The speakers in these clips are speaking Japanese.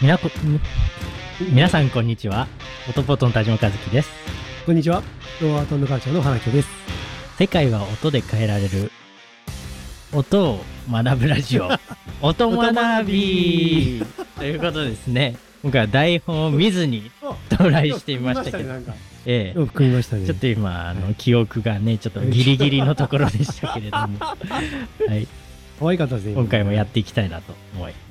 みなこ、み皆さんこんにちは。オトポトの田島和樹です。こんにちは。ローアートカルチャーの花木です。世界は音で変えられる。音を学ぶラジオ。音学びということですね。僕は台本を見ずにトライしていましたけど、なんかええ組みましたね。ちょっと今、あはの、い記憶がね、ちょっとギリギリのところでしたけれども、はい、可愛かったですね。今回もやっていきたいなと思います。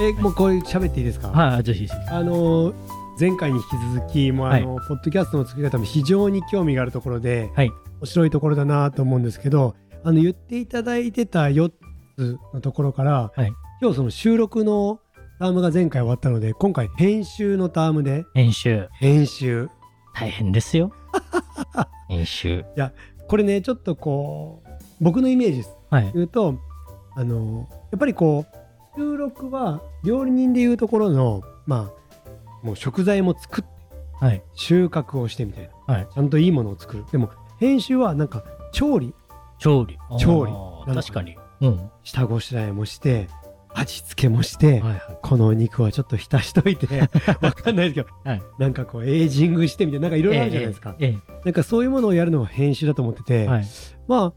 えもうこれ喋っていいですか。い。はい、ぜひ、あのー前回に引き続き、もうあの、ポッドキャストの作り方も非常に興味があるところで、はい面白いところだなと思うんですけど、あの言っていただいてた4つのところから、はい今日その収録のタームが前回終わったので、今回編集のタームで編集、編集大変ですよ。 編集。これねちょっとこう僕のイメージですはい。言うとあのやっぱりこう収録は料理人でいうところのまあもう食材も作ってはい。収穫をしてみたいな、はいちゃんといいものを作るでも編集はなんか調理調理。調あー理なのかな確かに。うん。下ごしらえもして味付けもして、はいはい。このお肉はちょっと浸しといてわかんないですけど、はいなんかこうエイジングしてみたいななんかいろいろあるじゃないですか、ええ。えなんかそういうものをやるのが編集だと思ってて、えはい。まあ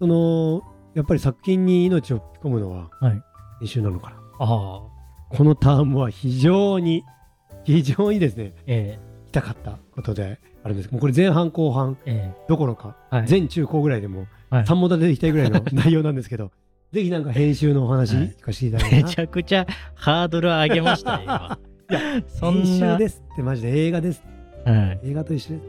そのやっぱり作品に命を吹き込むのははい編集なのかな、ああ。このタームは非常に非常にですねえ聞きたかったことであるんですけどもうこれ前半後半え。えどころかえ。はい。前中後ぐらいでもはい3本立てでいきたいぐ らいの内容なんですけど、ぜひなんか編集のお話はい聞かせていただいめ て、ちゃくちゃハードル上げましたね、 今。いや、そ編ん集な。ですってマジで映画ですはい。映画と一緒です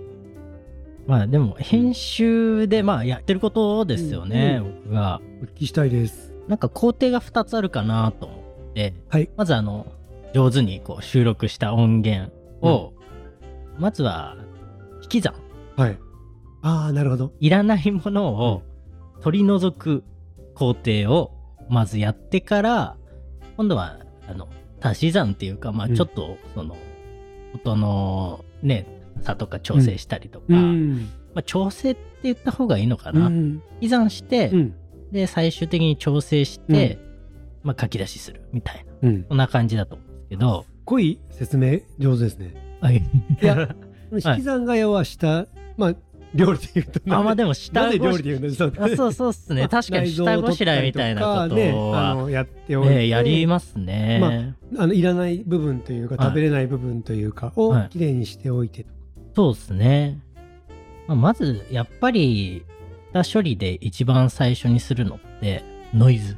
まあでも、編集で、まあやってることですよね、僕が。お聞きしたいですなんか工程が2つあるかなと思って、はいまずあの、上手にこう収録した音源を、まずは、引き算。はいああなるほどいらないものを取り除く工程をまずやってから、今度は、あの、足し算っていうか、まあうんちょっと、その、音のね、差とか調整したりとか、うんまあ調整って言った方がいいのかうな。ん引き算して、うんで、最終的に調整して、まあ書き出しするみたいな、うんこんな感じだと思うんですけど、すっごい説明上手ですねはい。い や引き算が要は下、まあ料理で言うとあ、まあででも下なごぜし料理で言うんですあそうそうっすね。確かに下ごしらえみたいなことね、はあ、のやっておいて、ね、やりますね。まあのいらない部分というかはい食べれない部分というかをはいきれいにしておいて、そうですね。まあ、まず、やっぱり、下処理で一番最初にするのって、ノイズ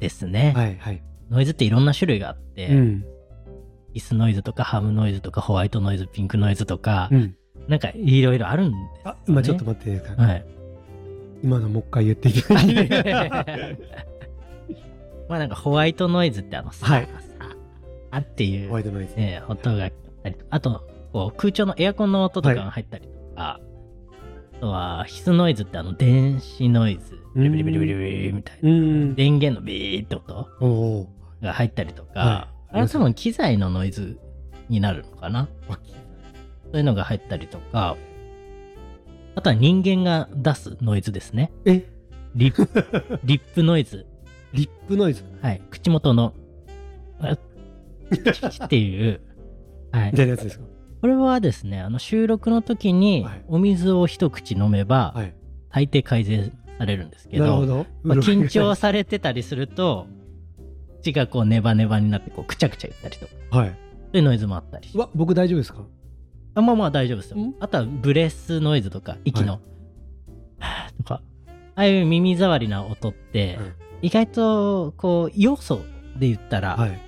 ですね。はい、はいノイズっていろんな種類があって、うん椅子ノイズとかハムノイズとかホワイトノイズ、ピンクノイズとか、うんなんかいろいろあるんですよ、ね。あ今ちょっと待っていいですか、 はい。 今のもう一回言っていただいて まあなんかホワイトノイズってあのさ、はいさあっていホワう、イトノイズね、音があったりとかあとこう空調のエアコンの音とかが入ったりとか、あとは必須ノイズってあの電子ノイズうんビリビリビリビリビリみたいな、うん電源のビーって音おおが入ったりとか、はいあれは多分機材のノイズになるのかなあそういうのが入ったりとかあとは人間が出すノイズですねえリップリップノイズリップノイズはい、口元の、あ っていう、はいみ。たいなやつですかこれはですね、あの収録の時にはいお水を一口飲めば、はい大抵改善されるんですけど、なるほど、まあ緊張はされてたりすると、口がこうネバネバになってこうくちゃくちゃ言ったりとか、 いそういうノイズもあったりしうわ僕大丈夫ですかあまあまあ大丈夫ですよん。あとはブレスノイズとか、息の、はは ぁとか、ああいう耳障りな音って、うん意外とこう、要素で言ったら、はい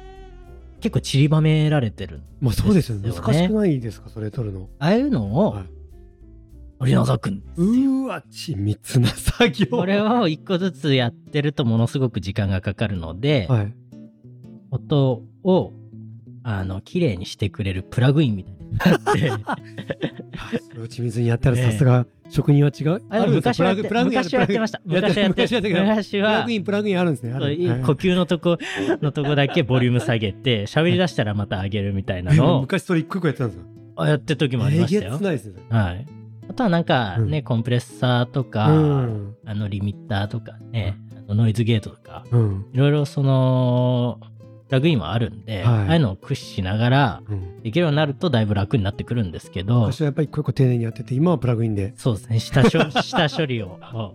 結構散りばめられてるまあそうですよねですよ難ねしくないですかそれ取るのああいうのをはい取り除くんうーわ緻密な作 業これを一個ずつやってるとものすごく時間がかかるので、はい音をあの綺麗にしてくれるプラグインみたい になってそれを緻密にやったらさすが職人は違うあでも昔はやって昔はやってまししたプラグイン昔はやって昔はやってたけど昔プラはグインプラグインあるんですねあそうるいはい呼吸のとこのとこだけボリューム下げて喋り出したらまた上げるみたいなの昔それ一個一個やってたんですよをやってる時もありましたえげよつ。ないですねはい、あとはなんかね、コンプレッサーとか、うんあのリミッターとかね、あのノイズゲートとか、うんいろいろその、ラグインもあるんで、はいああいうのを駆使しながら、うん、できるようになるとだいぶ楽になってくるんですけど、昔はやっぱり一個一個丁寧にやってて今はプラグインでそうですね、下処 下処理を、は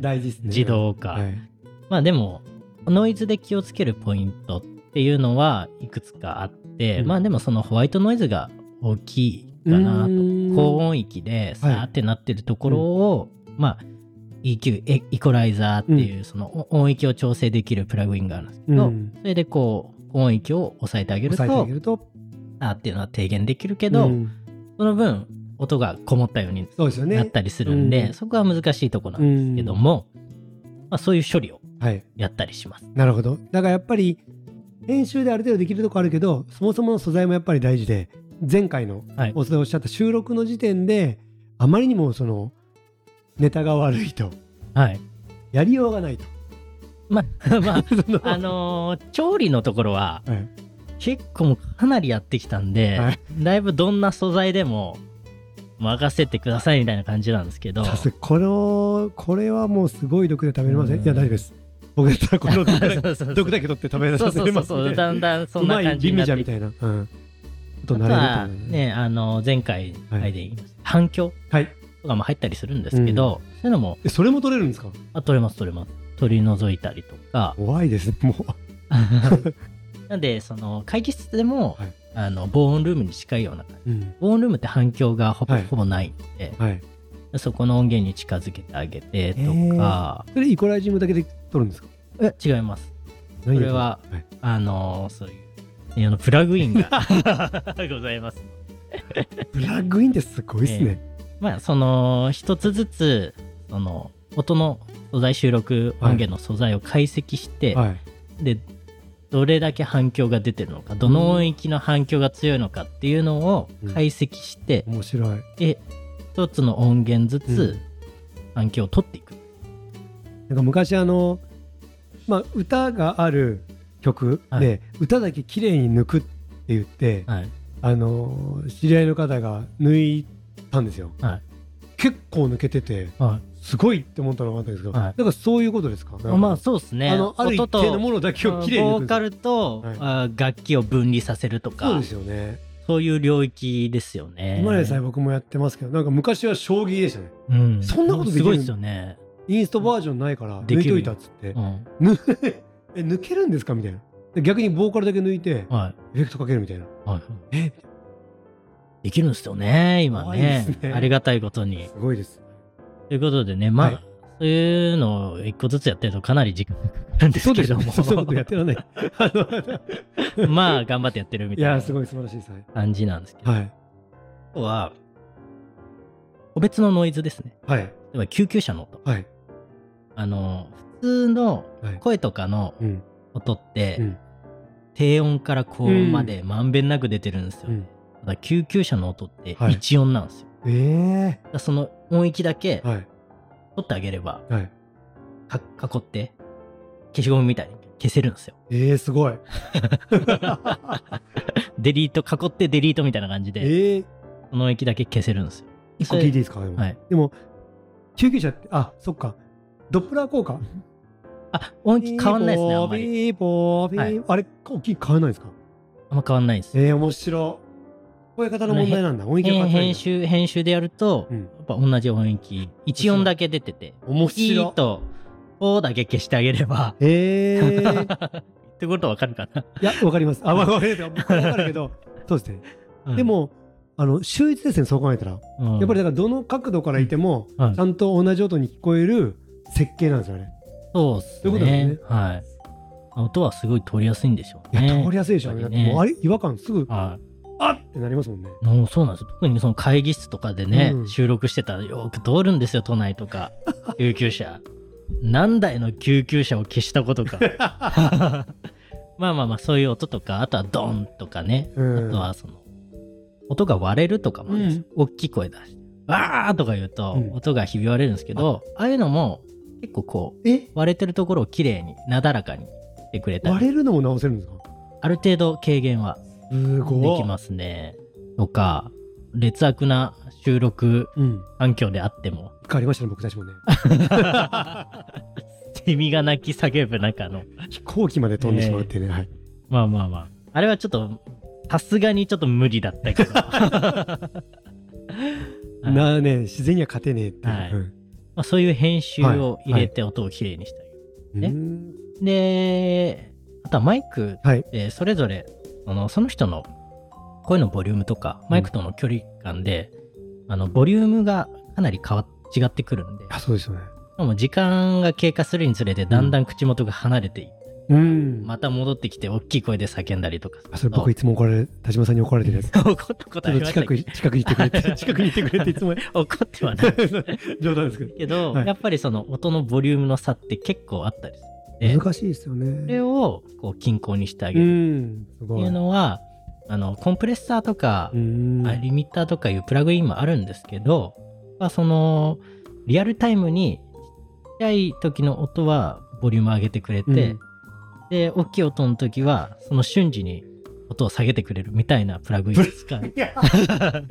い大事ですね自動化。はいまあでも、ノイズで気をつけるポイントっていうのはいくつかあって、うんまあでもそのホワイトノイズが大きいかなと。高音域でさーってなってるところを、まあ EQ エイコライザーっていうそのお音域を調整できるプラグインがあるんですけうど、んそれでこう音域を抑えてあげると抑えてあげるとあーっていうのは低減できるけど、うんその分音がこもったようにそうですよねなったりするんで、うんそこは難しいとこなんですけども、まあ、そういう処理をはいやったりします。なるほどだからやっぱり編集である程度できるとこあるけどそもそもの素材もやっぱり大事で前回のはいおおっしゃった収録の時点であまりにもそのネタが悪いとはい、やりようがないと まあ まあそのあのー調理のところははい結構もうかなりやってきたんで、はいだいぶどんな素材でも任せてくださいみたいな感じなんですけどさすがこのこれはもうすごい毒で食べれません、うんいや大丈夫です僕だったらこの毒 だ そうそうそう毒だけ取って食べられそまうすんそでうそうそうだんだんそんなうまい感じ美にな味っじゃてきみてたいなうんことあとなれるはと思うねあのー前回回で言いました、反響はいとかも入ったりするんですけど、そういうのもえそれも取れるんですかあ取れます取れます取り除いたりと か怖いですねもうなんでその会議室でも、はいあの防音ルームに近いような感じうん防音ルームって反響がほぼ,、はいほぼないんではいそこの音源に近づけてあげてとか、それイコライジングだけで取るんですかえ違いますこ何れははいあのそういう専用のプラグイン が ございますプラグインってすごいですね、まあその一つずつその音の素材収録音源の素材を解析して、はいでどれだけ反響が出てるのかどの音域の反響が強いのかっていうのを解析して、面白いで一つの音源ずうつ反響を取っていく、なんか昔あの、まあ、歌がある曲で、は歌だけ綺麗に抜くって言って、はいあの知り合いの方が抜いたんですよ、はい結構抜けててはすごいって思ったのがあったんですけど、はいだからそういうことですかなんいかまあそうですねあのある一音と定のものだけを綺麗に抜ボくーんですカよルと、はいあー楽器を分離させるとかそそううですよね、いう領域ですよね今でさえ僕もやってますけどなんか昔は将棋でしたねうん、そんなことできするごいですよね、インストバージョンないからで抜きいとるいたっつってうん「え抜けるんですか?」みたいなで逆にボーカルだけ抜いてエフはいェクトかけるみたいなはい、えできるんですよね今怖いでねすねありがたいことにすごいですということでねまあ、はいそういうのを一個ずつやってるとかなり時間がかかるんですそうけでしどょも そういうことやってらんないあの まあ頑張ってやってるみいたや いすなごい素晴らしいですはい感じなんですけど、はいあとは個別のノイズですねはい例えば救急車の音はいあの普通のはい声とかのうん音って、うん低音から高音までまんべんなく出てるんですよ、うんただ救急車の音ってはい一音なんですよ、ええだからその音域だけはい取ってあげればはいか囲って消しゴムみたいに消せるんですよええすごいデリート囲ってデリートみたいな感じでええその音域だけ消せるんですよ一個聞いていいですかでも,、はいでも救急車ってあそっかドップラー効果あ音域変わんないですねあんまりビーボービーボービーあれ大きい変わんないですかあんま変わんないですええ面白い声方の問題なんだ音域が変わ編ってないん編集だ編集でやると、うんやっぱ同じ音域一音だけ出てて「面い白い」いと「お」だけ消してあげればええ ってことわかるかな、いやわかりますあわかるわかるけどそうですねうんで、もあの秀逸ですねそう考えたら、うんやっぱりだからどの角度からいても、はいちゃんと同じ音に聞こえる設計なんですよね。そうっすそういうことでねすはい音はすごい取りやすいんでしょういや、ね通りやすいでしょうね。やだっぱっりねてもうあれ違和感すぐ、はあっってなりますもんね。いもうそうなんですよ特にその会議室とかでね、うん収録してたらよく通るんですよ都内と か救急車何台の救急車を消したことか まあまあまあそういう音とかあとはドンとかねうん。あとはその音が割れるとかも、ねうん大きい声出して「わー!」とか言うとうん音がひび割れるんですけど、ああいうのも結構こうえ割れてるところをきれいになだらかにしてくれた割りれるのも直せるんですかある程度軽減はすでごい。きますね。とか劣悪な収録うん。環境であっても変わりましたね、僕たちもね。セミが鳴き叫ぶ中の。飛行機まで飛んでしまうっていうね、はい、まあまあまあ。あれはちょっと、さすがにちょっと無理だった けど。はいまなあね自然には勝てねえっていう、はいうんあ、そういう編集を入れて音をきれいにしたり。ねうんで、あとはマイクはいってそれぞれ、あのその人の声のボリュームとか、マイクとの距離感で、あのボリュームがかなり変わ違ってくるんで、あそうですよねもう時間が経過するにつれて、だんだん口元が離れていって、うん、また戻ってきて、大きい声で叫んだりとか。あそれ僕いつも怒られ田島さんに怒られてるやつち 怒ったことあょりっまとした近けく近くに行ってくれ って近くに行ってくれっていつもど怒ってはない冗談ですけどけど、 はいやっぱりその音のボリュームの差って結構あったりするんで難しいですよそれねをこう均衡にしてあげうるんすっごていいうのは、あのコンプレッサーとか、うんあリミッターとかいうプラグインもあるんですけど、まあ、そのリアルタイムにちっちゃい時の音はボリューム上げてくれて、うんで大きい音の時はその瞬時に音を下げてくれるみたいなプラグインを使うや っぱ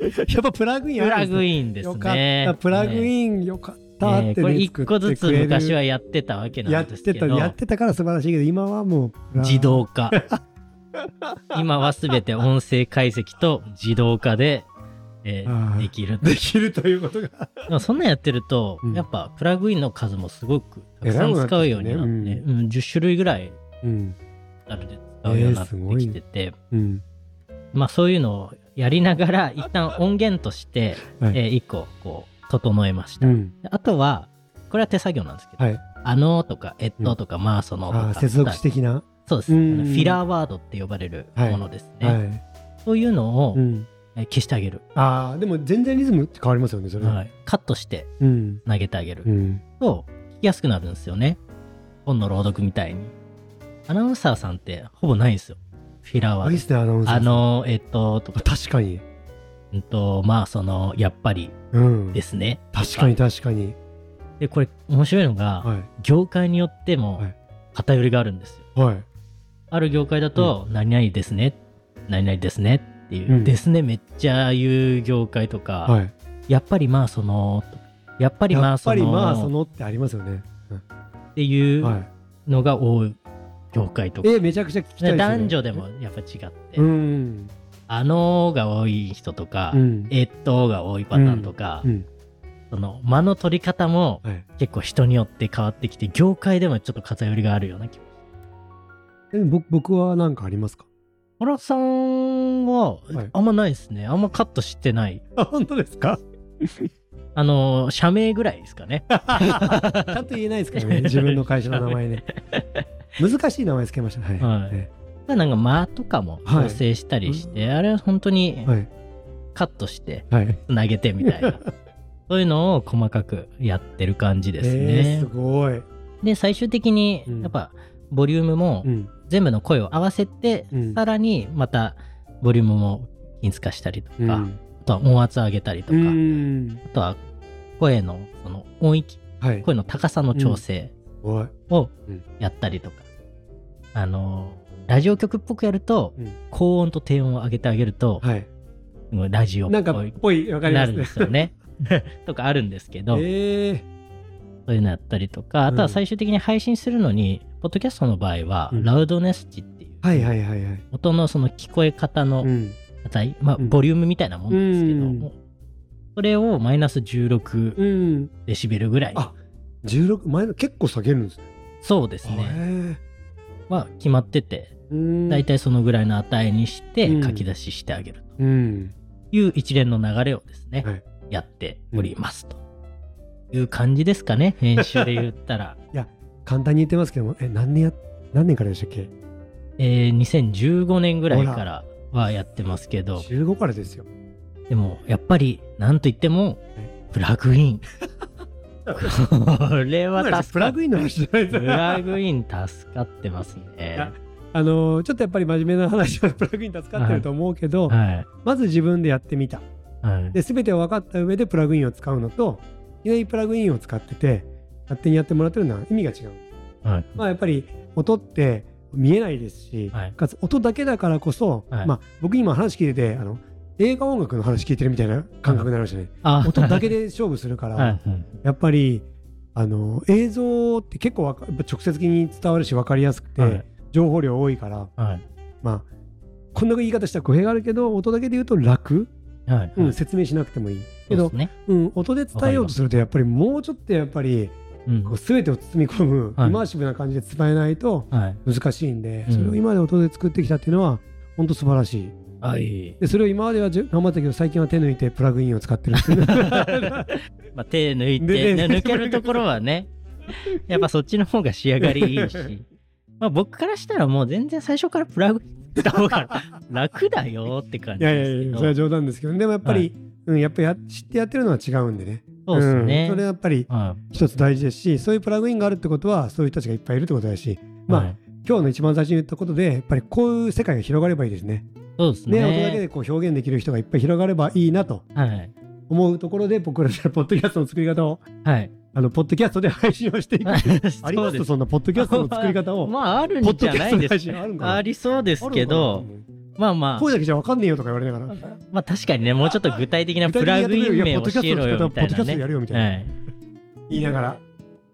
プラグインプあラるんですグねインですよかねったプラグンインよかったってね、これ一作って個ずつくれる昔はやってたわけなやんっですてけたどやってたから素晴らしいけど今はもうプラ自動化今は全て音声解析と自動化で、えーあーできるできるということがでもそんなんやってると、うんやっぱプラグインの数もすごくたくさん使うようになって、偉いもんなんでうすん10種類ぐらいうんあるで使うようになってきてて、うんまあそういうのをやりながら一旦音源として、はいえ1個こう整えました、うんであとはこれは手作業なんですけど「はいあの」とか「えっと」とか「まあその」とあかー接続的なそうです、うんあのフィラーワードって呼ばれるものですね、はいそういうのを、うんえー消してあげる、ああでも全然リズム変わりますよねそれはいカットしてうん投げてあげるうんと聞きやすくなるんですよね本の朗読みたいにアナウンサーさんってほぼないんですよフィラーあはいいっすねアナウンサーあのえっととか確かにうんとまあそのやっぱりうんですね確かに確かにでこれ面白いのが、はい業界によってもはい偏りがあるんですよはいある業界だと、何々ですね何々ですねっていう、うんですねめっちゃ言う業界とか、はいやっぱりまあそのやっぱりまやあっそぱりのまあそのってありますよねっていうはいのが多い業界とか、えめちゃくちゃ聞きたいすね男女でもやっぱ違って、うんあのーが多い人とか、うんえっとーが多いパターンとか、うんその間の取り方もはい結構人によって変わってきて業界でもちょっと偏りがあるような気もえ僕僕は何かありますか 原さんは、はいあんまないですねあんまカットしてないあ本当ですかあのー社名ぐらいですかねちゃんと言えないですけ どね自分の会社の名前ね難しい名前つけましたはいはいねなんか間とかもはい調整したりして、あれは本当にはいカットしてはいつなげてみたいな、 そういうのを細かくやってる感じですね、えーすごいで最終的にうんやっぱボリュームもうん全部の声を合わせて、うんさらにまたボリュームも均一化したりとか、うんあとは音圧上げたりとか、うんあとは声のその音域はい声の高さの調整すごいをうんやったりとか、あのラジオ局っぽくやると、うん高音と低音を上げてあげると、はいラジオっなんかぽっいぽいわかりなまるすんでねすよね。 とかあるんですけど、ええそういうのやったりとか、あとは最終的に配信するのに、ポッドキャストの場合は、うんラウドネス値っていう、はいはいはいはい音のその聞こえ方のうん値、まあ、うんボリュームみたいなもんなんですけどうんも、それをマイナス16うんデシベルぐらい、あ16前の結構下げるんですねそうですね、ねは決まってて、うん大体そのぐらいの値にしてうん書き出ししてあげるとうんいう一連の流れをですね、はいやっておりますという感じですかね、編集で言ったら。 簡単に言ってますけどもえ何年や何年からでしたっけえー2015年ぐらいからはやってますけど、 15からですよでもやっぱりなんといってもプラグイ ンこれは助かっプラグインの話じゃないで すプラグイン助かってますねや。 あのーちょっとやっぱり真面目な話はプ ラグイン助かってると思うけど、はまず自分でやってみたい。はい、で全てを分かった上でプラグインを使うのといきなりプラグインを使ってて勝手にやってもらってるのは意味が違うはいまあやっぱり音って見えないですし、はいかつ音だけだからこそ、はいまあ僕今話聞いててあの映画音楽の話聞いてるみたいな感覚になりましたね、あ音だけで、 で勝負するから、はいはいやっぱりあの映像って結構わかやっぱ直接的に伝わるし分かりやすくて、はい情報量多いからはいまあこんな言い方したら語弊があるけど音だけで言うと楽、はいうんはい説明しなくてもいいけそうでどすねうん、音で伝えようとするとやっぱりもうちょっとやっぱりうんこう全てを包み込む、はいイマーシブな感じで伝えないとはい難しいんで、うんそれを今まで音で作ってきたっていうのは本当素晴らしいあいいでそれを今まではじゅ頑張ったけど最近は手抜いてプラグインを使ってる っていうまあ、手抜いて、でねで抜けるところはね、やっぱそっちの方が仕上がりいいし、まあ僕からしたらもう全然最初からプラグ使った方が楽だよって感いじやいでやすけいやど。それは冗談ですけどでもやっぱり、はいうん、やっぱりや知ってやってるのは違うんでねそうですね。んそれはやっぱりは一つ大事ですしそういうプラグインがあるってことはそういう人たちがいっぱいいるってことだしいまあ、はい今日の一番最初に言ったことでやっぱりこういう世界が広がればいいですねそうですねね。音だけでこう表現できる人がいっぱい広がればいいなとはい。思うところで僕らじゃあポッドキャストの作り方をはい。あのポッドキャストで配信をしていくありそまうすですとそんなポッドキャストの作り方をまああるポんッドじキゃャなストいでですか配信あるんかなありそう ですけど、まあまあ、声だけじゃわかんねえよとか言われながらまあ確かにね、もうちょっと具体的な具プ体ラ的グにやってくれインよい名やをポッ教えドキャスろトの仕方よみたいなはポッドキャストでやね。るよみたいな、はい。言いながら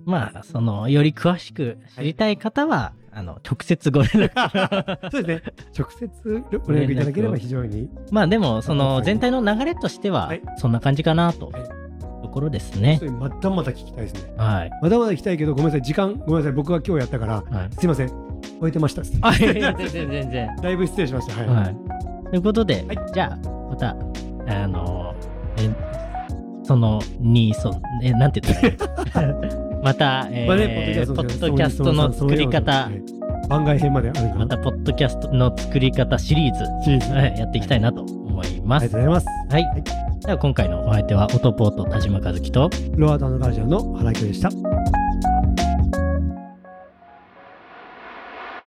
まあ、その、より詳しく知りたい方は、あの、直接ご連絡。 そうですね直接ご連絡いただければ非常にまあでも、そはのい全体の流れとしてははい、そんな感じかなと、はいところですねそ。れまだまだ聞きたいですねはい。 まだまだ聞きたいけどごめんなさい時間ごめんなさい僕が今日やったからはい。すいません超えてましたあ、いやいや全然全然。だいぶ失礼しましたははい、い。ということで、はいじゃあ、また、あの、え、その、に、そ、え、なんて言 ったらいいのまた、えまあねーポッドキャストの作り方、番外編まであるかなまた、ポッドキャストの作り方シリーズ、シリーズあはりいやっていきたいなと思いまがすとう。ございますはい。いでは今回のお相手は、オトポート田島和樹と、ロアートのガージアンの原木でしたバイバイ